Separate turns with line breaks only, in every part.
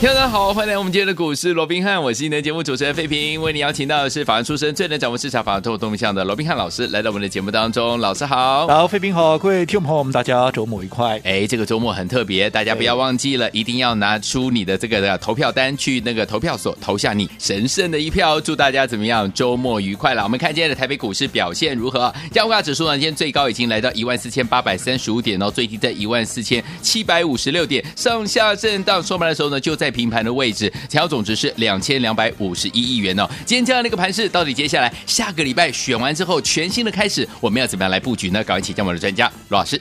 听众大家好，欢迎来我们今天的股市罗宾汉，我是你的节目主持人费平，为你邀请到的是法案出身、最能掌握市场法案透动向的罗宾汉老师，来到我们的节目当中，老师好。
好，飞兵好，各位听众朋友们，大家周末愉快。
哎，这个周末很特别，大家不要忘记了，一定要拿出你的这个投票单去那个投票所投下你神圣的一票。祝大家怎么样？周末愉快了。我们看今天的台北股市表现如何？加股价指数呢，今天最高已经来到一万四千八百三十五点哦，最低在一万四千七百五十六点，上下震荡。收盘的时候呢，就在平盘的位置，成交总值是两千两百五十一亿元哦。今天这样的一个盘势，到底接下来下个礼拜选完之后，全新的开始，我们要怎么样来布局呢？赶快请教我们的专家罗老师。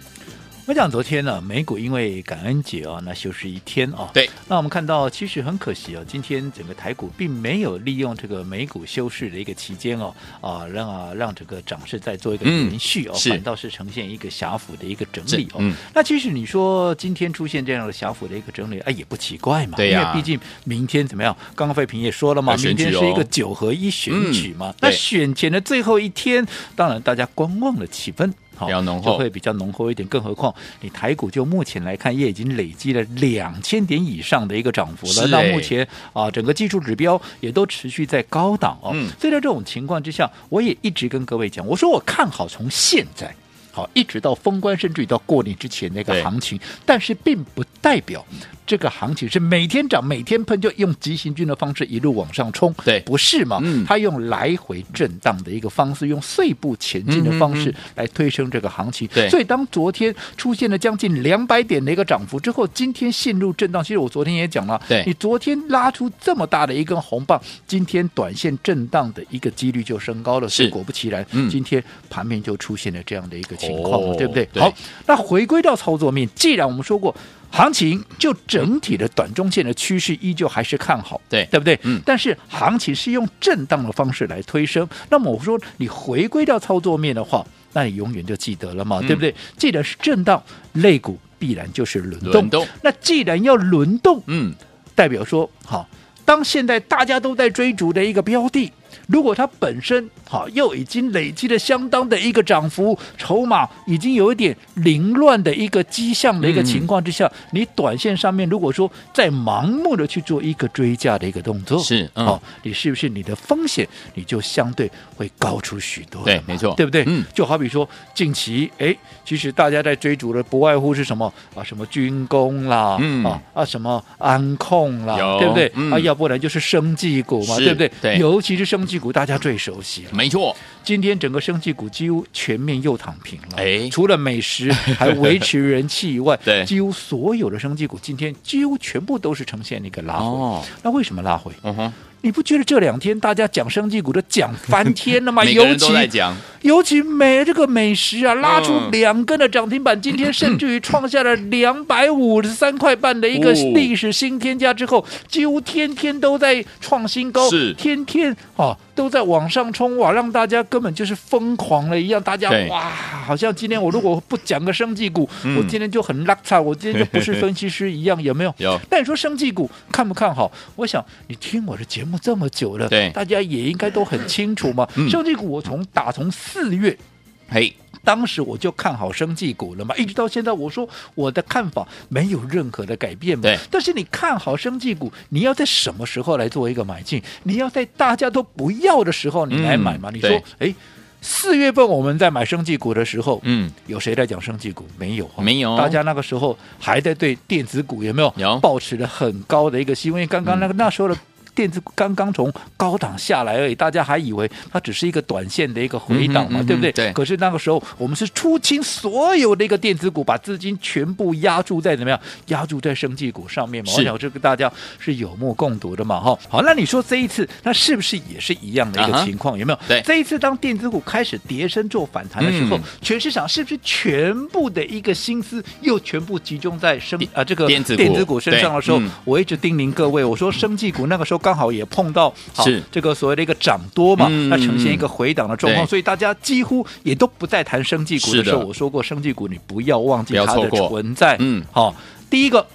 我讲昨天呢、美股因为感恩节啊、那休息一天啊。
对，
那我们看到其实很可惜哦，今天整个台股并没有利用这个美股休市的一个期间哦，啊，让啊让整个涨势再做一个
嗯
延续哦，
是
反倒是呈现一个狭幅的一个整理
是
哦。
嗯
那其实你说今天出现这样的狭幅的一个整理，哎，也不奇怪嘛，
对呀
因为毕竟明天怎么样？刚刚费平也说了嘛，
要选
明
举
天是一个
哦嗯
九合一选举嘛，
对
那选前的最后一天，当然大家观望的气氛。好
比较浓
就
厚
会比较浓厚一点。更何况你台股就目前来看，也已经累积了两千点以上的一个涨幅了。
是
那
欸
目前啊，整个技术指标也都持续在高档哦。
嗯
所以在这种情况之下，我也一直跟各位讲，我说我看好从现在。好，一直到封关，甚至于到过年之前那
对
个行情，但是并不代表这个行情是每天涨、每天喷，就用急行军的方式一路往上冲，
对
不是嘛？
嗯
它用来回震荡的一个方式，用碎步前进的方式来推升这个行情。
嗯对
所以当昨天出现了将近两百点的一个涨幅之后，今天陷入震荡。其实我昨天也讲了，
对
你昨天拉出这么大的一根红棒，今天短线震荡的一个几率就升高了。
是
所以果不其然，
嗯
今天盘面就出现了这样的一个情况嘛，
哦
对不对？
对
好，那回归到操作面，既然我们说过。行情就整体的短中线的趋势依旧还是看好，
对
对不对？
嗯
但是行情是用震荡的方式来推升。那么我说，你回归到操作面的话，那你永远就记得了嘛，
嗯
对不对？既然是震荡，类股必然就是轮动。
轮动
那既然要轮动，
嗯，
代表说，好，当现在大家都在追逐的一个标的，如果它本身好又已经累积了相当的一个涨幅，筹码已经有一点凌乱的一个迹象
嗯
的一个情况之下，你短线上面如果说再盲目的去做一个追价的一个动作，
是嗯
好，你是不是你的风险你就相对会高出许多了
对
嘛
没错
对不对？
嗯
就好比说近期，哎，其实大家在追逐的不外乎是什么啊？什么军工啦，
嗯
啊啊什么安控啦
有，
对不对？
嗯
啊，要不然就是生技股嘛，
是
对不对？
对嗯
尤其是生技股，大家最熟悉了。
没错，
今天整个生技股几乎全面又躺平了，
哎
除了 美食还维持人气以外，
对
几乎所有的生技股今天几乎全部都是呈现一个拉回。
哦
那为什么拉回？
嗯哼，
你不觉得这两天大家讲生技股都讲翻天了吗？
每个
尤
人
其
都在讲，
尤其美这个美食啊，拉出
嗯
两根的涨停板，今天甚至于创下了两百五十三块半的一个
哦
历史新天价之后，几乎天天都在创新高，
是
天天哦都在往上冲哇，让大家根本就是疯狂了一样，大家
对
哇，好像今天我如果不讲个生技股，
嗯
我今天就很拉差，我今天就不是分析师一样，有没有？
有
但你说生技股看不看好？我想你听我的节目这么久了，
对
大家也应该都很清楚嘛。
嗯
生技股我从打从四月。
嘿，
当时我就看好生技股了嘛，一直到现在，我说我的看法没有任何的改变嘛
对。
但是你看好生技股，你要在什么时候来做一个买进？你要在大家都不要的时候你来买嘛？
嗯
你说
对，
哎，四月份我们在买生技股的时候，
嗯，
有谁在讲生技股？没有、啊，
没有
大家那个时候还在对电子股有没有？
有嗯
保持了很高的一个希望，因为刚刚那个、那时候的。电子股刚刚从高档下来而已，大家还以为它只是一个短线的一个回档
嗯
嘛，
哼嗯哼
对不对？
对
可是那个时候我们是出清所有的一个电子股，把资金全部压注在怎么样？压注在生技股上面嘛。
是
我想这个大家是有目共睹的嘛，哈。好，那你说这一次，那是不是也是一样的一
啊哈
个情况？有没有？
对
这一次当电子股开始跌升做反弹的时候，
嗯
全市场是不是全部的一个心思又全部集中在生啊、这个
电子股
身上的时候，
对嗯
我一直叮咛各位，我说生技股那个时候刚好也碰到好
是
这个所谓的一个涨多嘛，
嗯
那呈现一个回档的状况，
对
所以大家几乎也都不再谈生技股
是
的
的
时候，我说过生技股你不要忘记
不要
它
错
的
过
存在。
嗯
好、第一个。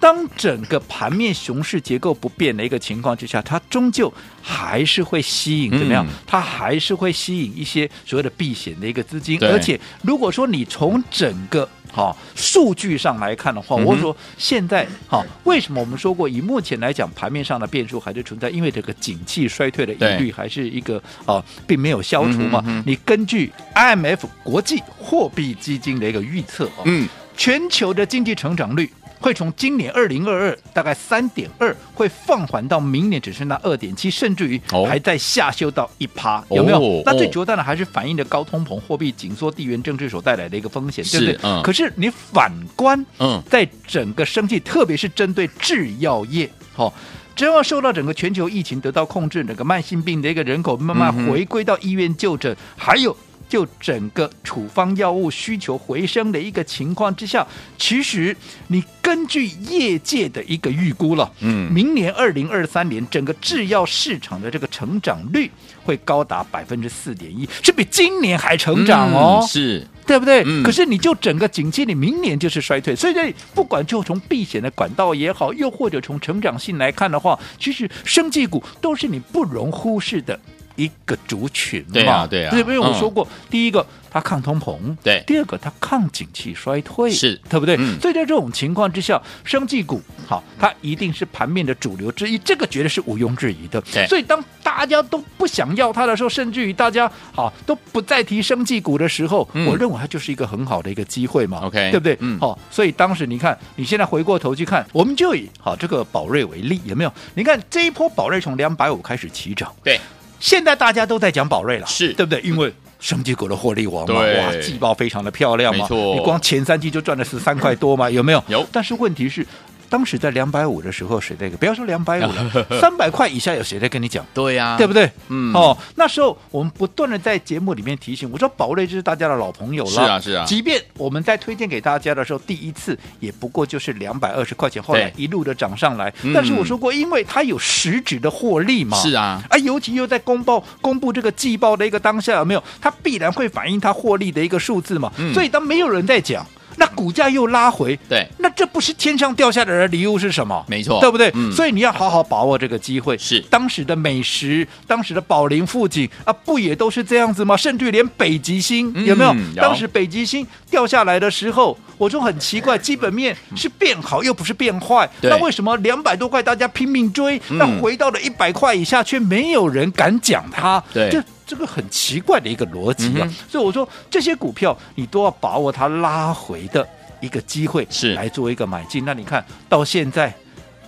当整个盘面熊市结构不变的一个情况之下，它终究还是会吸引怎么样？
嗯
它还是会吸引一些所谓的避险的一个资金。
对
而且，如果说你从整个好、数据上来看的话，
嗯哼
我说现在好、为什么我们说过以目前来讲盘面上的变数还是存在？因为这个景气衰退的疑虑还是一个啊，并没有消除嘛。
嗯哼嗯哼
你根据 IMF 国际货币基金的一个预测哦，
嗯，
全球的经济成长率会从今年二零二二大概三点二，会放缓到明年只剩下二点七，甚至于
哦
还在下修到一趴，有没有？
哦
那最
哦
主要当然还是反映了高通膨、货币紧缩、地缘政治所带来的一个风险，对不
是
对？
嗯
可是你反观，
嗯
在整个生计，特别是针对制药业，哦。只要受到整个全球疫情得到控制，整个慢性病的一个人口慢慢
嗯哼
回归到医院就诊，还有就整个处方药物需求回升的一个情况之下，其实你根据业界的一个预估了，
嗯
明年二零二三年整个制药市场的这个成长率会高达百分之四点一，是比今年还成长哦，
嗯是
对不对？
嗯
可是你就整个景气，你明年就是衰退，所以这不管就从避险的管道也好，又或者从成长性来看的话，其实生技股都是你不容忽视的。一个族群嘛，
对啊对啊
因为我
嗯
说过，第一个它抗通膨，
对
第二个它抗景气衰退，
是
对不对？
嗯
所以在这种情况之下，生技股好，它一定是盘面的主流之一，这个绝对是毋庸置疑的。
对
所以当大家都不想要它的时候，甚至于大家好都不再提生技股的时候，
嗯
我认为它就是一个很好的一个机会嘛
OK，
对不对？
嗯
好、所以当时你看，你现在回过头去看，我们就以好这个宝瑞为例，有没有？你看这一波宝瑞从两百五开始起涨，
对，
现在大家都在讲宝瑞了，
是
对不对？因为生技股的获利王嘛，
对
哇，季报非常的漂亮嘛，
没错
你光前三季就赚了十三块多嘛，有没有？
有
但是问题是。当时在两百五的时候，谁在？不要说两百五 了，三百块以下有谁在跟你讲？
对呀，
对不对？
嗯
哦，那时候我们不断的在节目里面提醒，我说宝瑞就是大家的老朋友了，
是啊是啊
即便我们在推荐给大家的时候，第一次也不过就是两百二十块钱，后来一路的涨上来
嗯。
但是我说过，因为它有实质的获利嘛，
是啊，
啊，尤其又在公报公布这个季报的一个当下，有没有？它必然会反映它获利的一个数字嘛。
嗯
所以当没有人在讲，那股价又拉回，
对，
那这不是天上掉下来的礼物是什么？
没错
对不对？
嗯
所以你要好好把握这个机会。
是
当时的美食，当时的宝林富锦啊，不也都是这样子吗？甚至于连北极星、
嗯
有没有
有
当时北极星掉下来的时候，我说很奇怪，基本面是变好又不是变坏，
对
那为什么两百多块大家拼命追，
嗯
那回到了一百块以下却没有人敢讲它？
对
这这个很奇怪的一个逻辑
嗯
啊。
哼
所以我说这些股票你都要把握它拉回的一个机会，
是
来做一个买进。那你看到现在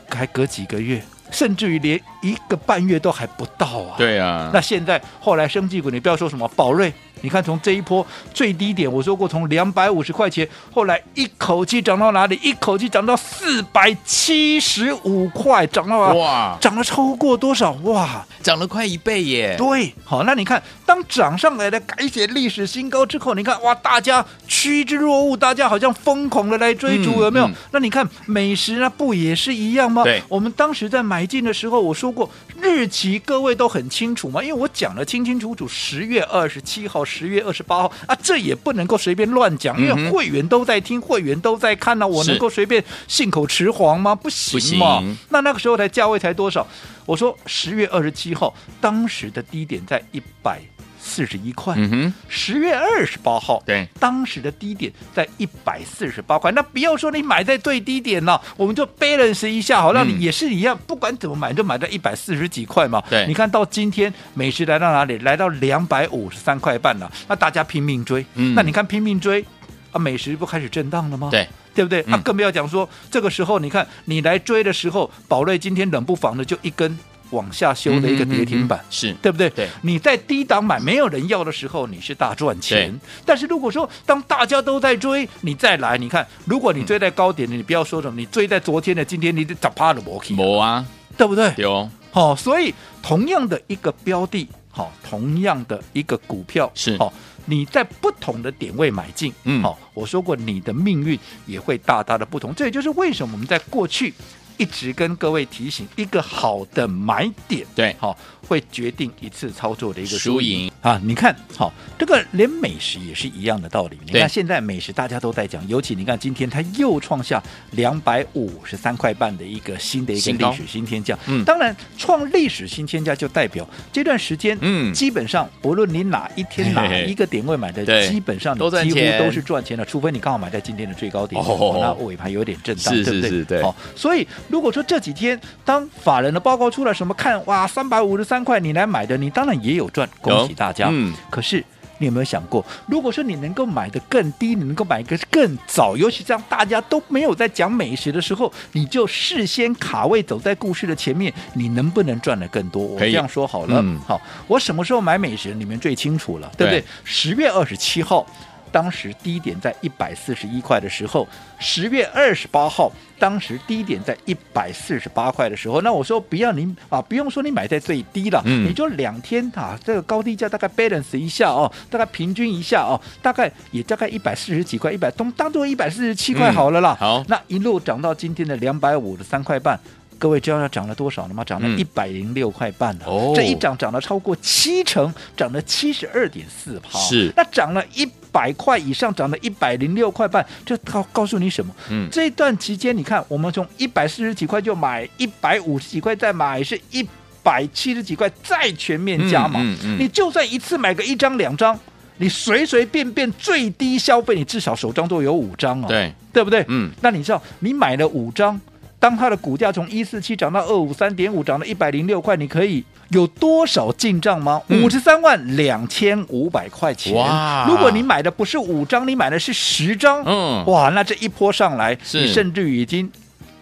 还隔几个月，甚至于连一个半月都还不到啊。。
对啊，
那现在后来生技股，你不要说什么宝瑞，你看从这一波最低点，我说过从两百五十块钱，后来一口气涨到哪里？一口气涨到四百七十五块，涨到啊，
哇，
涨了超过多少？哇，
涨了快一倍耶，
对，好，那你看，当涨上来的改写历史新高之后，你看哇，大家趋之若鹜，大家好像疯狂的来追逐，
嗯
有没有？
嗯
那你看美食那不也是一样吗？
对
我们当时在买进的时候，我说过日期，各位都很清楚嘛，因为我讲的清清楚楚，十月二十七号、十月二十八号啊，这也不能够随便乱讲，因
嗯哼
为会员都在听，会员都在看呢、啊我
是
能够随便信口雌黄吗？不行嘛。
不行
那那个时候的价位才多少？我说十月二十七号，当时的低点在一百四十一块。
嗯哼，
十月二十八号，
对
当时的低点在一百四十八块。那不要说你买在最低点了，我们就 balance 一下好，让你
嗯
也是一样，不管怎么买就买在一百四十几块嘛。
对
你看到今天美食来到哪里？来到两百五十三块半了。那大家拼命追，
嗯
那你看拼命追啊，美食不开始震荡了吗？
对，
对不对？那、
嗯
更不要讲说这个时候，你看你来追的时候，宝瑞今天冷不防的就一根往下修的一个跌停板。
嗯哼嗯哼是，
对不对？
对
你在低档买没有人要的时候，你是大赚钱
对。
但是如果说当大家都在追，你再来，你看，如果你追在高点的，你不要说什么，你追在昨天的，今天你咋趴了摩 K，
没啊，
对不对？
有
好、所以同样的一个标的，好、同样的一个股票
是
好、你在不同的点位买进，
嗯
好、我说过你的命运也会大大的不同，这也就是为什么我们在过去。一直跟各位提醒，一个好的买点，
对
好、会决定一次操作的一个
输赢
啊。你看，好、这个连美食也是一样的道理。你
对
看现在美食大家都在讲，尤其你看今天它又创下两百五十三块半的一个新的一个
新高
历史新天价。
嗯
当然创历史新天价就代表这段时间，
嗯
基本上不论你哪一天哪
嘿嘿嘿
一个点位买的，
对
基本上你
都赚
几乎
钱
都是赚钱的，除非你刚好买在今天的最高点，
哦
那尾盘有点震荡，
是
对不
是
对？
是对
好、所以如果说这几天当法人的报告出来，什么看哇三百五十三块你来买的，你当然也有赚，恭喜大家。
嗯，
可是。你有没有想过，如果说你能够买的更低，你能够买个更早，尤其这样大家都没有在讲美食的时候，你就事先卡位走在故事的前面，你能不能赚得更多？我
可以
这样说好了，
嗯
好，我什么时候买美食，你们最清楚了，对不对
对？
十月二十七号。当时低点在一百四十一块的时候，十月二十八号，当时低点在一百四十八块的时候，那我说不要你啊，不用说你买在最低了，
嗯
你就两天啊，这个高低价大概 balance 一下哦，大概平均一下哦，大概也大概一百四十几块，一百当当做一百四十七块
嗯
好了啦。
好
那一路涨到今天的两百五十三块半。各位知道它涨了多少了吗？涨了
嗯
一百零六块半了、
哦
这一涨涨了超过七成，涨了七十二点四趴。
是
那涨了一百块以上，涨了一百零六块半，这告告诉你什么？
嗯
这段期间你看，我们从一百四十几块就买，一百五十几块再买，是一百七十几块再全面加码。
嗯嗯嗯
你就算一次买个一张两张。你随随便便最低消费，你至少手张都有五张哦。
对，
对不对？
嗯，
那你知道你买了五张，当它的股价从一四七涨到二五三点五，涨到一百零六块，你可以有多少进账吗？
嗯
五十三万两千五百块钱。
哇
如果你买的不是五张，你买的是十张，
嗯
哇，那这一波上来，
是
你甚至于已经。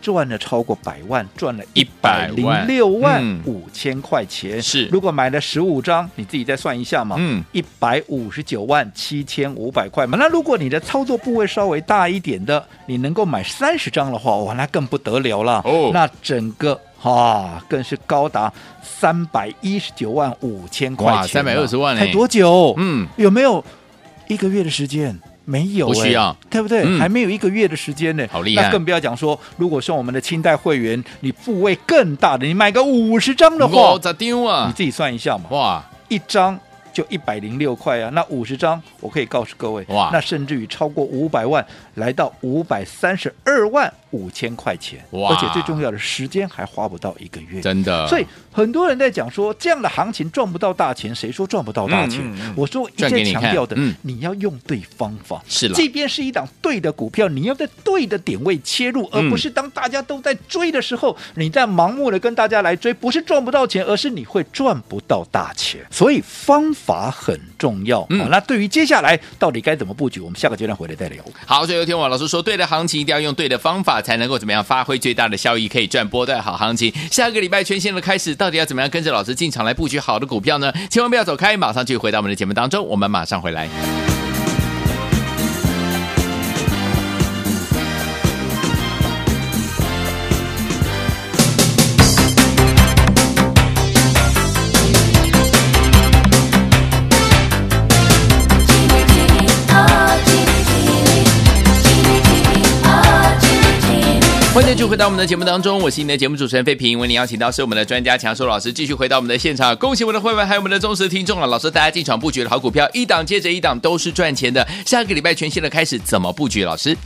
赚了超过百万，赚了一百
100
零
万
六万
嗯
五千块钱。
是
如果买了十五张，你自己再算一下嘛。
嗯，
一百五十九万七千五百块嘛。那如果你的操作部位稍微大一点的，你能够买三十张的话，哇，那更不得了了。
哦
那整个啊，更是高达三百一十九万五千块
哇
钱了，
320万呢
才多久？
嗯，
有没有一个月的时间？没有、
不需
哎
要
对不对？
嗯
还没有一个月的时间呢，
好厉害
那更不要讲说，如果像我们的清代会员，你部位更大的，你买个五十张的话
我，咋丢
你
啊？
自己算一下嘛。
哇，
一张就一百零六块啊，那五十张我可以告诉各位，
哇
那甚至于超过五百万，来到五百三十二万五千块钱，
哇
而且最重要的时间还花不到一个月。
真的，
所以很多人在讲说，这样的行情赚不到大钱，谁说赚不到大钱？
嗯嗯嗯
我说我一
赚给
再
你看
强调的，
嗯
你要用对方法。
是啦
即便是一档对的股票，你要在对的点位切入，而
嗯
不是当大家都在追的时候，你在盲目的跟大家来追，不是赚不到钱，而是你会赚不到大钱。所以方法很重要。
嗯
好那对于接下来到底该怎么布局，我们下个阶段回来再聊。
好，所以有天王老师说，对的行情一定要用对的方法，才能够怎么样发挥最大的效益，可以赚波段好行情。下个礼拜全新的开始，到底要怎么样跟着老师进场来布局好的股票呢？千万不要走开，马上就回到我们的节目当中，我们马上回来。欢迎继续回到我们的节目当中，我是你的节目主持人费平，为您邀请到是我们的专家强硕老师，继续回到我们的现场，恭喜我们的会员还有我们的忠实听众啊！老师，大家进场布局的好股票，一档接着一档都是赚钱的。下个礼拜全新的开始，怎么布局？老师，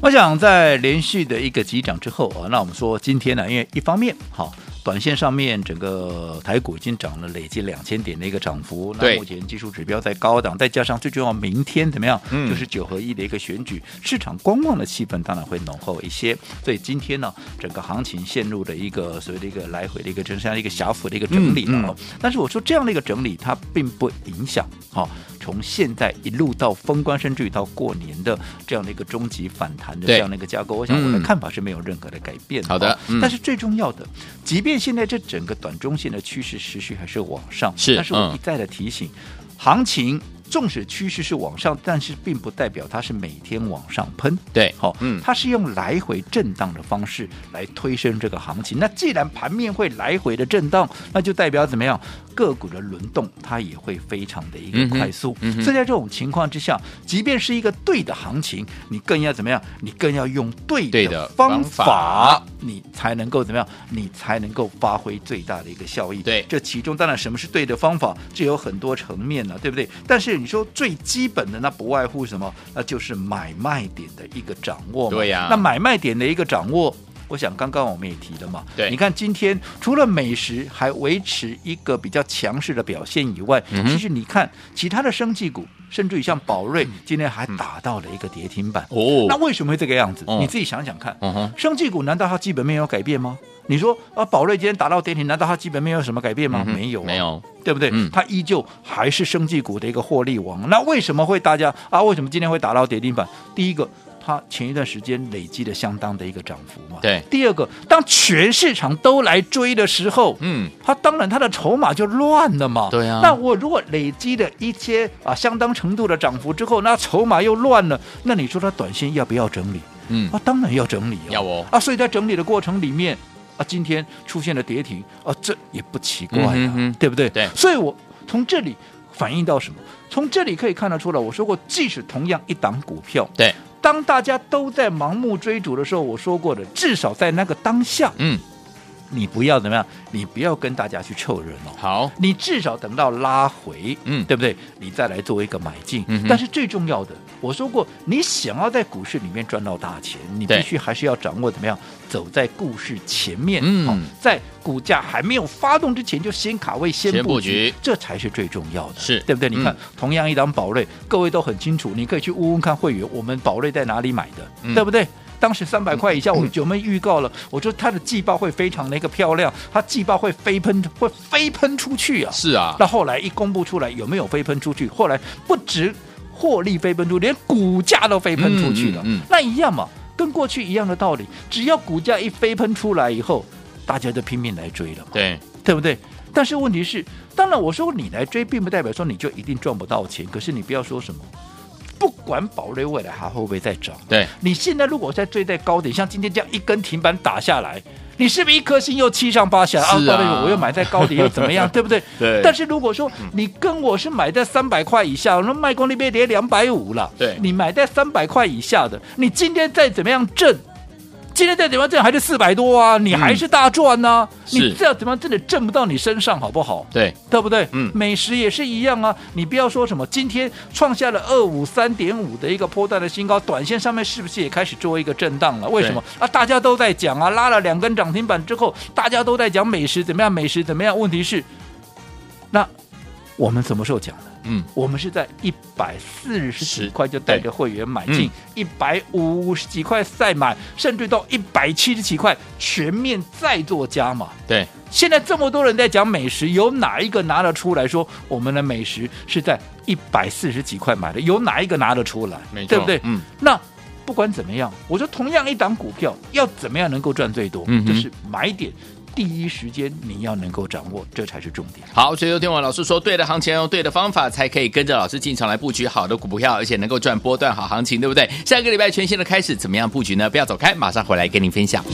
我想在连续的一个急涨之后啊，那我们说今天呢，因为一方面好。短线上面，整个台股已经涨了累计两千点的一个涨幅。
对
那目前技术指标在高档，再加上最重要，明天怎么样？
嗯
就是九合一的一个选举，市场观望的气氛当然会浓厚一些。所以今天呢，整个行情陷入了一个所谓的一个来回的一个真相一个狭幅的一个整理了、
嗯嗯
哦但是我说这样的一个整理，它并不影响哦，从现在一路到封关，甚至于到过年的这样的一个终极反弹的
对
这样的一个架构，我想我的
嗯
看法是没有任何的改变的哦。
好的嗯
但是最重要的，即便现在这整个短中线的趋势持续还是往上，
是
但是
嗯
我一再的提醒，行情。纵使趋势是往上，但是并不代表它是每天往上喷。
对
好、
嗯
它是用来回震荡的方式来推升这个行情。那既然盘面会来回的震荡，那就代表怎么样？个股的轮动它也会非常的一个
嗯哼
快速。
嗯哼
所以在这种情况之下，即便是一个对的行情，你更要怎么样？你更要用对
对
的
的
方
方法
你才能够怎么样？你才能够发挥最大的一个效益。
对
这其中当然什么是对的方法，这有很多层面呢、对不对？但是你说最基本的，那不外乎什么？那就是买卖点的一个掌握嘛。
对呀
那买卖点的一个掌握。我想刚刚我们也提了嘛，
对
你看今天除了美食还维持一个比较强势的表现以外，
嗯哼
其实你看其他的生技股，甚至于像宝瑞，
嗯
今天还打到了一个跌停板。
哦，
那为什么会这个样子？
哦
你自己想想看。
嗯哼，
生技股难道它基本面有改变吗？你说啊，宝瑞今天打到跌停，难道它基本面有什么改变吗？
嗯哼
没有、啊，
没，有，
对不对？
嗯
它依旧还是生技股的一个获利王。那为什么会大家啊？为什么今天会打到跌停板？第一个。它前一段时间累积了相当的一个涨幅嘛，
对
第二个，当全市场都来追的时候，
嗯，
它当然它的筹码就乱了嘛。
对啊
那我如果累积了一些啊相当程度的涨幅之后，那筹码又乱了，那你说它短线要不要整理？
嗯，
啊，当然要整理啊。
要哦
啊，所以在整理的过程里面啊，今天出现了跌停啊，这也不奇怪啊，
嗯哼哼
对不对？
对
所以我从这里反映到什么？从这里可以看得出来，我说过，即使同样一档股票，
对，
当大家都在盲目追逐的时候，我说过的，至少在那个当下，
嗯，
你不要怎么样，你不要跟大家去凑热闹。
好，
你至少等到拉回，
嗯
对不对？你再来做一个买进。
嗯哼
但是最重要的，我说过，你想要在股市里面赚到大钱，你
对
必须还是要掌握怎么样走在故事前面，
嗯
好在股价还没有发动之前就先卡位、先
先
布
布
局
局，
这才是最重要的，
是
对不对？你看
嗯，
同样一档宝瑞，各位都很清楚，你可以去问问看会员，我们宝瑞在哪里买的，
嗯
对不对？当时三百块以下，我九妹预告了，我说它的季报会非常的一个漂亮，它季报会飞喷，会飞喷出去啊！
是啊，
那后来一公布出来，有没有飞喷出去？后来不止获利飞喷出，连股价都飞喷出去了。
嗯嗯嗯
那一样嘛，跟过去一样的道理，只要股价一飞喷出来以后，大家就拼命来追了嘛，
对，
对不对？但是问题是，当然我说你来追，并不代表说你就一定赚不到钱。可是你不要说什么，不管宝瑞未来还会不会再涨，
对，
你现在如果在追在高点，像今天这样一根停板打下来，你是不是一颗心又七上八下
是
对
啊
我又买在高点又怎 么样，对不对？
对
但是如果说你跟我是买在三百块以下，那卖光那边跌两百五了，
对
你买在三百块以下的，你今天再怎么样挣。今天再怎么样挣还是四百多啊，你还是大赚呢、你
嗯是
这样怎么样真的挣不到你身上好不好？
对，
对不对？
嗯
美食也是一样啊。你不要说什么今天创下了二五三点五的一个波段的新高，短线上面是不是也开始做一个震荡了？为什么啊？大家都在讲啊，拉了两根涨停板之后，大家都在讲美食怎么样，美食怎么样？问题是，那我们什么时候讲的？
嗯，
我们是在一百四十几
是嗯
块就带着会员买进，一百五十几块再买，甚至到一百七十几块全面再做加码。
对，
现在这么多人在讲美食，有哪一个拿得出来说我们的美食是在一百四十几块买的？有哪一个拿得出来
没？错
对不对？
嗯，
那。不管怎么样，我说同样一档股票要怎么样能够赚最多，
嗯哼
就是买点第一时间你要能够掌握，这才是重点。
好，所以昨天我老师说，对的行情要用对的方法，才可以跟着老师进场来布局好的股票，而且能够赚波段好行情，对不对？下个礼拜全新的开始，怎么样布局呢？不要走开，马上回来跟您分享。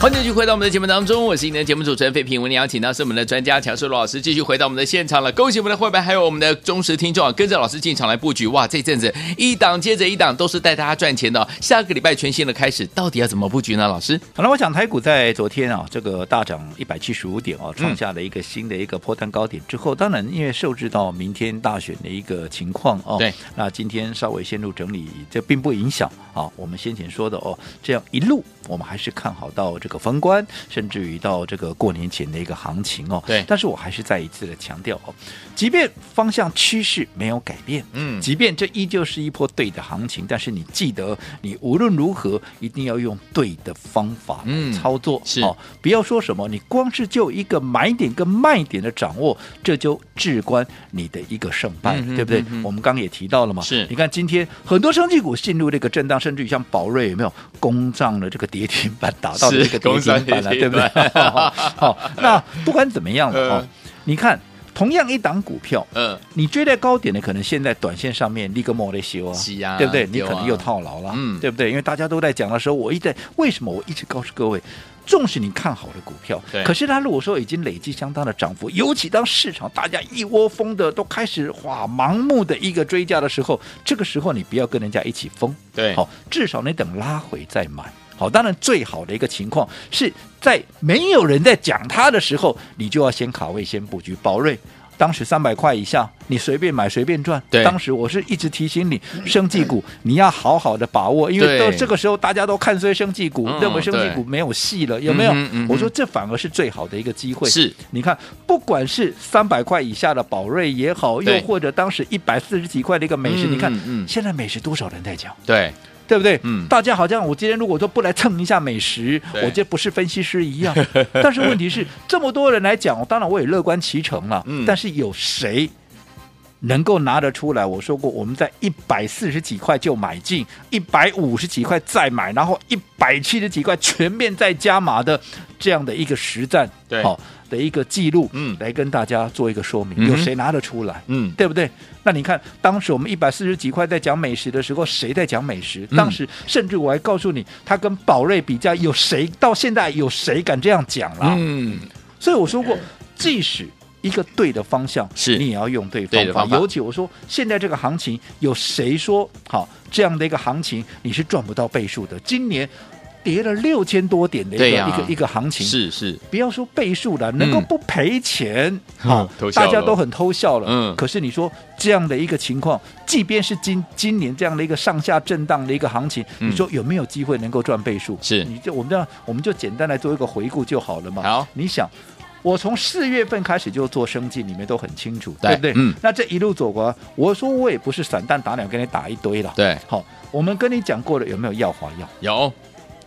欢迎继续回到我们的节目当中，我是你的节目主持人费平。为您邀请到是我们的专家强硕罗老师，继续回到我们的现场了。恭喜我们的会员，还有我们的忠实听众啊，跟着老师进场来布局哇！这阵子一档接着一档都是带大家赚钱的哦、下个礼拜全新的开始，到底要怎么布局呢？老师，
好了，我想台股在昨天啊，这个大涨一百七十五点啊，
嗯
创下了一个新的一个破单高点之后，当然因为受制到明天大选的一个情况哦，
对，
那今天稍微陷入整理，这并不影响啊。我们先前说的哦，这样一路我们还是看好到这个个封关，甚至于到这个过年前的一个行情哦。
对
但是我还是再一次的强调哦，即便方向趋势没有改变，
嗯
即便这依旧是一波对的行情，但是你记得，你无论如何一定要用对的方法
嗯
来操作，
是
哦，不要说什么，你光是就一个买点跟卖点的掌握，这就至关你的一个胜败了，
嗯哼
对不对？
嗯哼
我们刚刚也提到了嘛，
是
你看今天很多升绩股进入这个震荡，甚至于像宝瑞有没有攻上了这个跌停板，打到了
是
这个跌停板了、
攻上跌
对
停
不对
板？
好、那不管怎么样 了
呃
哦，你看同样一档股票。
嗯，
你追在高点的，可能现在短线上面立个莫雷修啊，
是啊
对不对？你
对啊
可能又套牢了，
嗯
对不对？因为大家都在讲的时候，我一直在为什么我一直告诉各位，纵使你看好的股票
对，
可是它如果说已经累积相当的涨幅，尤其当市场大家一窝蜂的都开始哇盲目的一个追价的时候，这个时候你不要跟人家一起疯，
对，
好，至少你等拉回再买。好，当然最好的一个情况是在没有人在讲它的时候，你就要先卡位、先布局。宝瑞当时三百块以下，你随便买随便赚。
对
当时我是一直提醒你，生技股你要好好的把握，因
对
为到这个时候大家都看衰生技股
嗯，
认为生技
对
股没有戏了，有没有
嗯哼嗯哼？
我说这反而是最好的一个机会。
是，
你看，不管是三百块以下的宝瑞也好，又
对
或者当时一百四十几块的一个美食，
嗯
你看
嗯嗯
现在美食多少人在讲？
对，
对不对？
嗯
大家好像我今天如果说不来蹭一下美食，
对
我这不是分析师一 样。但是问题是，这么多人来讲，当然我也乐观其成了。
嗯
但是有谁能够拿得出来？我说过，我们在一百四十几块就买进，一百五十几块再买，然后一百七十几块全面再加码的这样的一个实战，
对
好、的一个记录，
嗯
来跟大家做一个说明，
嗯哼
有谁拿得出来？
嗯，
对不对？那你看，当时我们一百四十几块在讲美食的时候，谁在讲美食？
嗯
当时甚至我还告诉你，他跟宝瑞比较，有谁到现在有谁敢这样讲啦？
嗯，
所以我说过，即使一个对的方向，
是
你也要用对方法。
对的方法
尤其我说，现在这个行情，有谁说好这样的一个行情你是赚不到倍数的？今年跌了六千多点的一个、
对呀
一个一个行情，
是是，
不要说倍数了，能够不赔钱，
嗯
好、
偷笑了
大家都很偷笑了。
嗯
可是你说这样的一个情况，即便是今今年这样的一个上下震荡的一个行情，
嗯
你说有没有机会能够赚倍数？
是
你就我们这样，我们就简单来做一个回顾就好了嘛。
好，
你想。我从四月份开始就做生计，你们都很清楚，
对
对不对？
嗯
那这一路走过来，我说我也不是散弹打鸟给你打一堆了。，
对，
好，我们跟你讲过了，有没有耀华药？
有，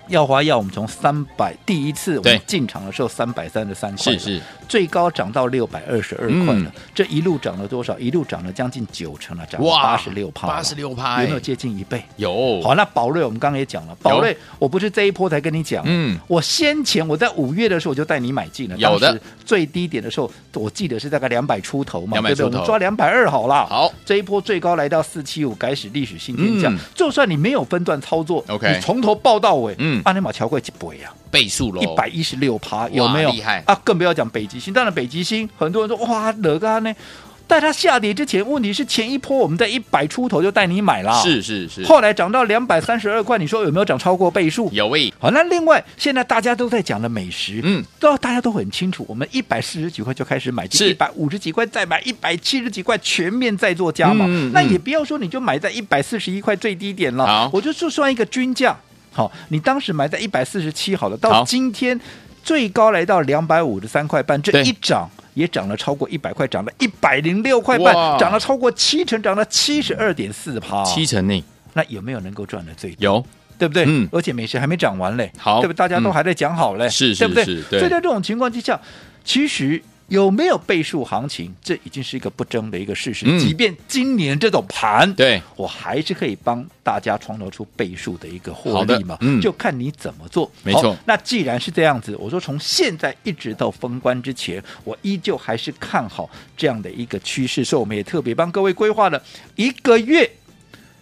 耀华药，我们从三百第一次我
对
们进场的时候三百三十三块
是
了，
是，
最高涨到六百二十二块了、
嗯
这一路涨了多少？一路涨了将近九成了，涨了
哇
八十六趴，
八十六哎哦趴，哎
有没有接近一倍？
有，
好，那宝瑞我们刚刚也讲了，宝瑞我不是这一波才跟你讲，
嗯
我先前我在五月的时候我就带你买进了，
有的
当时最低点的时候，我记得是大概两百出头嘛，
200出
对不对？
头
我们抓两百二好啦。
好，
这一波最高来到四七五，改使历史新天价、
嗯
就算你没有分段操作
OK
你从头报到尾，
嗯
阿尼玛乔贵几倍呀、
倍数喽，
啊一百一十六趴，有没有？
厉害
啊！更不要讲北极星，当然北极星，很多人说哇，哪个呢？在它下跌之前，问题是前一波我们在一百出头就带你买了，，
是是是，
啊后来涨到两百三十二块，你说有没有涨超过倍数？
有位，
好，那另外现在大家都在讲的美食，
嗯，
都大家都很清楚，我们一百四十几块就开始买进，
是
一百五十几块再买，一百七十几块全面再做加码。
嗯嗯
那也不要说你就买在一百四十一块最低点
好
了，我就就算一个均价。好，你当时买在一百四十七好了，
好
到今天最高来到两百五十三块半，这
对
一涨。也涨了超过一百块，涨了一百零六块半
哇，
涨了超过七成，涨了七十二点四趴。
七成呢，
那有没有能够赚的最多？
有，
对不对？
嗯
而且美食还没涨完嘞，
好
对不对？大家都
嗯
还在讲好嘞，
是
对不对？
是是对
所以在这种情况之下，其实。有没有倍数行情？这已经是一个不争的一个事实。
嗯
即便今年这种盘，
对，
我还是可以帮大家创造出倍数的一个获
好的
利嘛。
嗯
就看你怎么做。
没错
好那既然是这样子，我说从现在一直到封关之前，我依旧还是看好这样的一个趋势，所以我们也特别帮各位规划了一个月。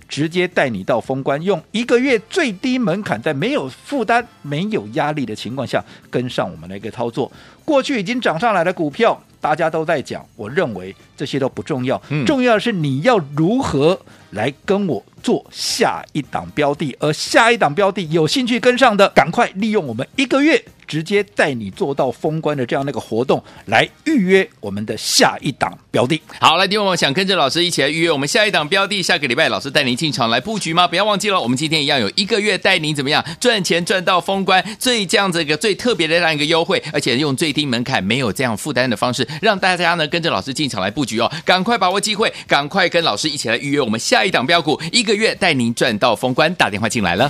直接带你到封关，用一个月最低门槛，在没有负担、没有压力的情况下，跟上我们的一个操作。过去已经涨上来的股票，大家都在讲，我认为这些都不重要，
嗯
重要的是你要如何来跟我做下一档标的，而下一档标的有兴趣跟上的，赶快利用我们一个月直接带你做到封关的这样的一个活动，来预约我们的下一档标的。
好，来，听众朋友想跟着老师一起来预约我们下一档标的，下个礼拜老师带您进场来布局吗？不要忘记了，我们今天一样有一个月带您怎么样赚钱赚到封关，最这样子一个最特别的这样一个优惠，而且用最低门槛、没有这样负担的方式，让大家呢跟着老师进场来布局哦，赶快把握机会，赶快跟老师一起来预约我们下一档标股，一个月带您赚到封关，打电话进来了。